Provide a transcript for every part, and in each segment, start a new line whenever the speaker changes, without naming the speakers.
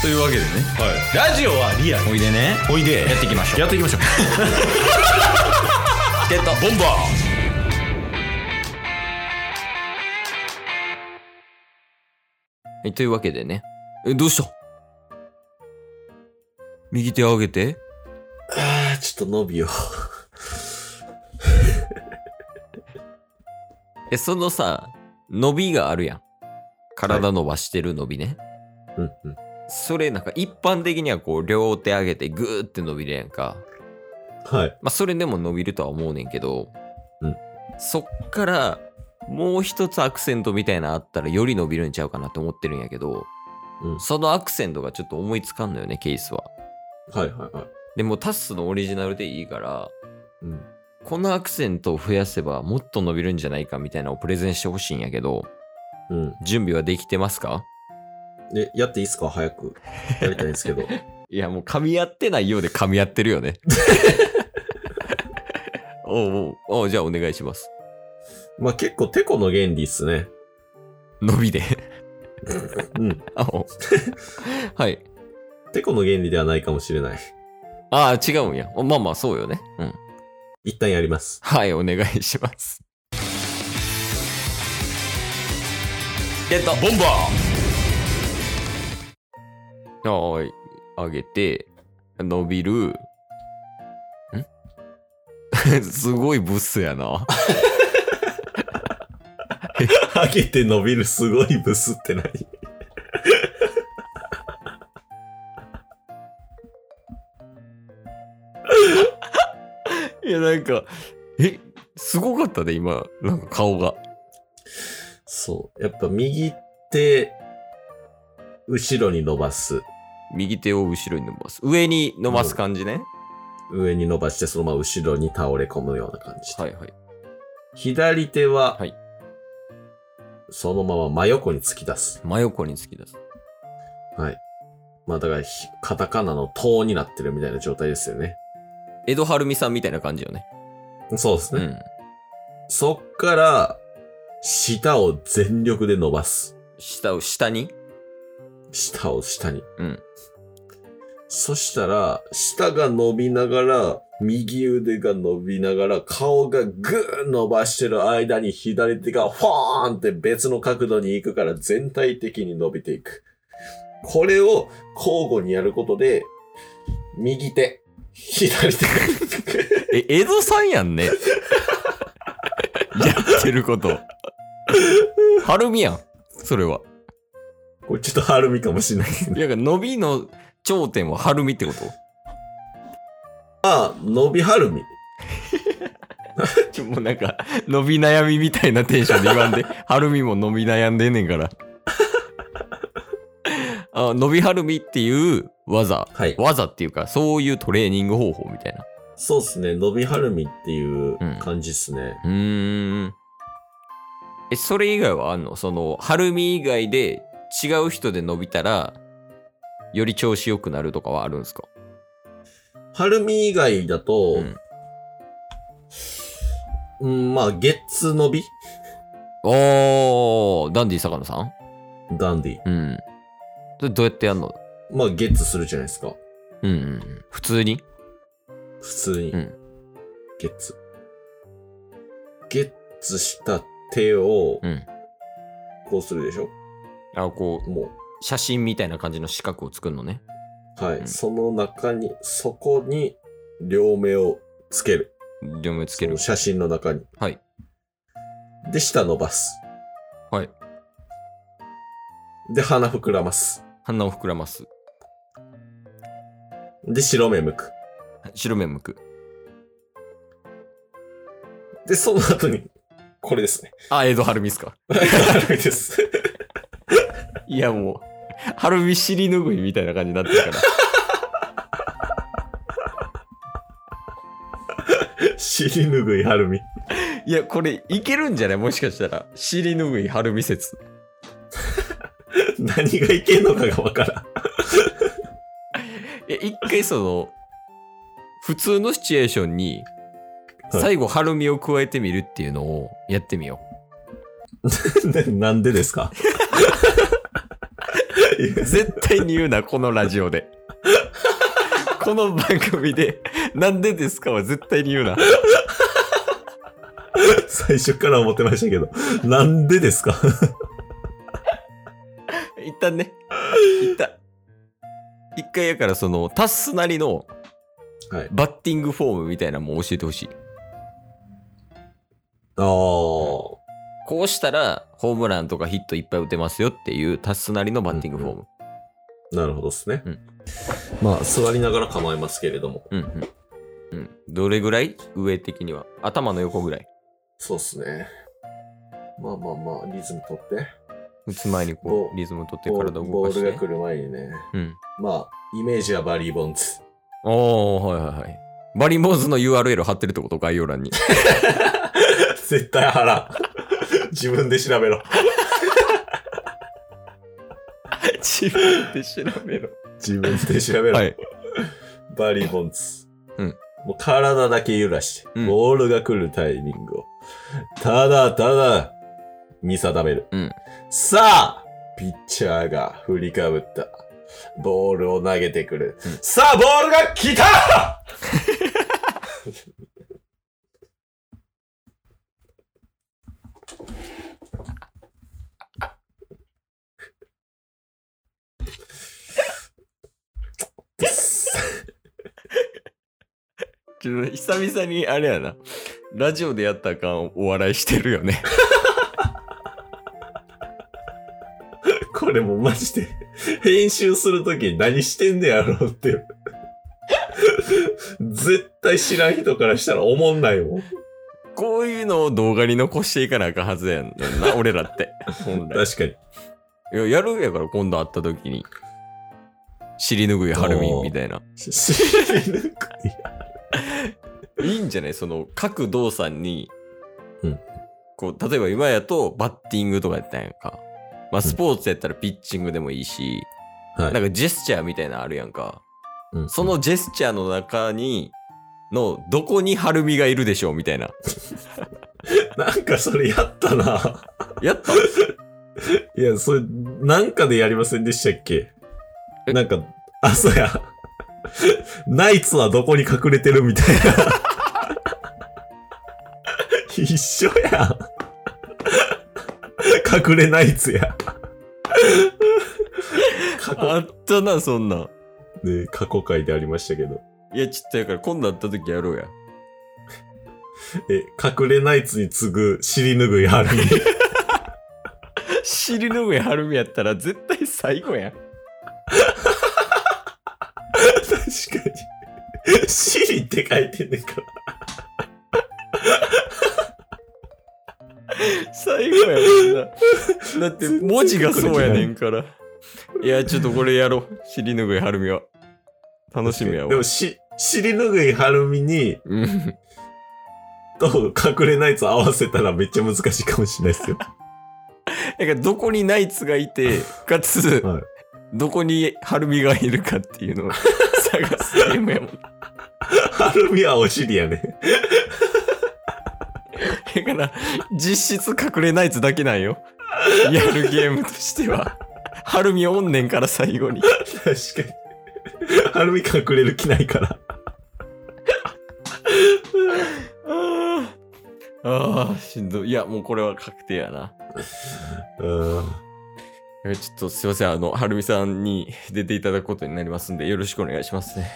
というわけでね
はい、ラジオはリアル
おいでね
おいで
やっていきましょう
やっていきましょう
ゲット
ボンバ
はいというわけでねえどうした右手上げて
ーあーちょっと伸びよ
えそのさ伸びがあるやん体伸ばしてる伸びね、
うんうん
それなんか一般的にはこう両手上げてグーって伸びるやんか
はい
まあそれでも伸びるとは思うねんけど、
うん
そっからもう一つアクセントみたいなのあったらより伸びるんちゃうかなと思ってるんやけど、
うん
そのアクセントがちょっと思いつかんのよねケースは
はいはいはい
でもタッスのオリジナルでいいから
うん
このアクセントを増やせばもっと伸びるんじゃないかみたいなのをプレゼンしてほしいんやけど
うん
準備はできてますか
でやっていいっすか早くやりたいんです けど
いやもう噛み合ってないようで噛み合ってるよ ねおうおうおうじゃあお願いします
まあ結構テコの原理っすね
伸び で
うん
あおはい
テコの原理ではないかもしれない
ああ、違うんや。まあまあ、そうよね。うん。
一旦やります
はい、お願いします。ゲット
ボンバ
はーい。上げて、伸びる。ん すごいブスやな。
ー上げて伸びるすごいブスって何
いや、なんか、え、すごかったね、今。なんか顔が。
そうやっぱ右手後ろに伸ばす
右手を後ろに伸ばす。上に伸ばす感じね。
上に伸ばしてそのまま後ろに倒れ込むような感じで、
はいはい。
左手は、
はい
そのまま真横に突き出す。
真横に突き出す。
はい。まあだからひ、カタカナの塔になってるみたいな状態ですよね。
江戸晴美さんみたいな感じよね。
そうです
う
ね。
ん。
そっから、舌を全力で伸ばす。
下を下に。
舌を下に。
うん。
そしたら、舌が伸びながら、右腕が伸びながら、顔がぐー伸ばしてる間に左手がフォーンって別の角度に行くから全体的に伸びていく。これを交互にやることで、右手、左手が、
え、江戸さんやんね。や ってること。はるみやん。それは。
これちょっとはるみかもしれない ですね。
いや、伸びの頂点ははるみってこと
ああ、伸びはるみ。
ちょもうなんか、伸び悩みみたいなテンションで言わんで。はるみも伸び悩んでんねんから。あ伸びはるみっていう技。
はい。
技っていうか、そういうトレーニング方法みたいな。
そうですね。伸びはるみっていう感じですね。
うーん。え、それ以外はあんのその、はるみ以外で違う人で伸びたら、より調子良くなるとかはあるんですか
はるみ以外だと、
うん
うん、まあ、ゲッツ伸び
おー、ダンディ坂野さん
ダンディ。
うん。それどうやってやんの
まあ、ゲッツするじゃないですか。
うんうんうん。普通に
普通に。
うん
ゲッツ。ゲッツした手を、
うん。
こうするでしょ、
あ、こう、
も
写真みたいな感じの四角を作るのね。
う。はい、
うん
その中に、そこに、両目をつける。
両目つけ
その
る。
写真の中に。
はい。
で、舌伸ばす。
はい。
で、鼻膨らます。
鼻を膨らます。
で、白目むく。
白目向く。
で、その後に、これですね。
あ、江戸はるみっすか
はるみです。
いやもう、はるみ尻拭いみたいな感じになってるから。
尻拭いはるみ。
いや、これいけるんじゃないもしかしたら。尻拭い春見説。
何がいけんのかがわからん。
いや、一回その、普通のシチュエーションに、
はい
最後、春見を加えてみるっていうのをやってみよ
ななんでですか
絶対に言うな、このラジオで。この番組で、なんでですかは絶対に言うな。
最初から思ってましたけど。なんでですか
一旦ね。一旦。一回やから、その、タッスなりの
はい、
バッティングフォームみたいなのも教えてほしい。
ああ。
こうしたら、ホームランとかヒットいっぱい打てますよっていう、タッスなりのバッティングフォーム。
なるほどですね。
うん
まあ、座りながら構えますけれども。
うんうん。うん。どれぐらい上的には。頭の横ぐらい。
そうっすね。まあまあまあ、リズム取って。
打つ前にこ
ボ
う、リズム取って
ボール
体を動
ボ
か
ー
し
ルが
て
来。る前にね。
うん。
まあ、イメージはバリーボンズ。
おー、はいはいはい。バリンボーズの URL 貼ってるってこと概要欄に。
絶対腹 自分で調べろ。
自分で調べろ。
自分で調べろ。
はい。
バリーボンズ。
うん
もう体だけ揺らして、
うん
ボールが来るタイミングを。ただただ、見定める。
うん
さあ、ピッチャーが振りかぶった。ボールを投げてくる。
うん
さあ、ボールが来た
ちょっと久々にあれやな。ラジオでやったらあかんお笑いしてるよね。
これもうマジで、編集するとき何してんねやろうっていう。絶対知らん人からしたら思んないもん。
こういうのを動画に残していかなあかんはずやん な、俺らって。本来。
確か
い
に。
や、やるやから今度会った時に。尻拭いハルミンみたいな。
知らぬくいや
いいんじゃないその各動作に、
うん
こう例えば今やとバッティングとかやったんやんか、まあ、スポーツやったらピッチングでもいいし、
はい
なんかジェスチャーみたいなのあるやんか
うん
そのジェスチャーの中にのどこにハルミがいるでしょうみたいな
なんかそれやったな。
やった
いや、それ、なんかでやりませんでしたっけ
え
なんか、あ、そうや。ナイツはどこに隠れてるみたいな。一緒やん。隠れナイツや。過去、
あったなそんなん
ね、過去回でありましたけど。
いやちょっとやから今度会った時やろうや
え、隠れナイツに次ぐ尻拭いある。
尻の上ハルミやったら絶対最後やん
確かに。シリって書いてんねんから。
最後やもん な。だって文字がそうやねんから。 いや、ちょっとこれやろう。尻拭いはるみは。楽しみやわ
で。も、し、尻拭いはるみに、
うん
と隠れナイツを合わせたらめっちゃ難しいかもしれないで すよ。
だからどこにナイツがいて、かつ、
はい
どこにはるみがいるかっていうのを 探すゲームやもん。
はるみはお尻やね。
だから、実質隠れナイツだけなんよ。やるゲームとしては。はるみおんねんから最後 に。
確かに。はるみ隠れる気ないから。
あーあー、しんどい。いや、もうこれは確定やな。
うん。
えちょっとすいません、あの、はるみさんに 出ていただくことになりますんで、よろしくお願いしますね。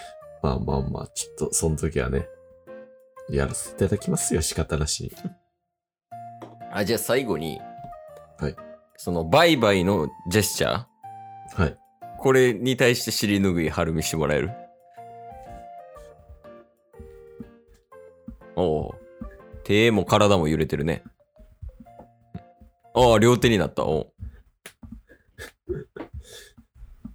まあまあまあ、ちょっと、その時はね、やらせていただきますよ、仕方なしに。
あ、じゃあ最後に、
はい。
その、バイバイのジェスチャー
はい。
これに対して尻拭いはるみしてもらえるおおう。手も体も揺れてるね。ああ、両手になった。おう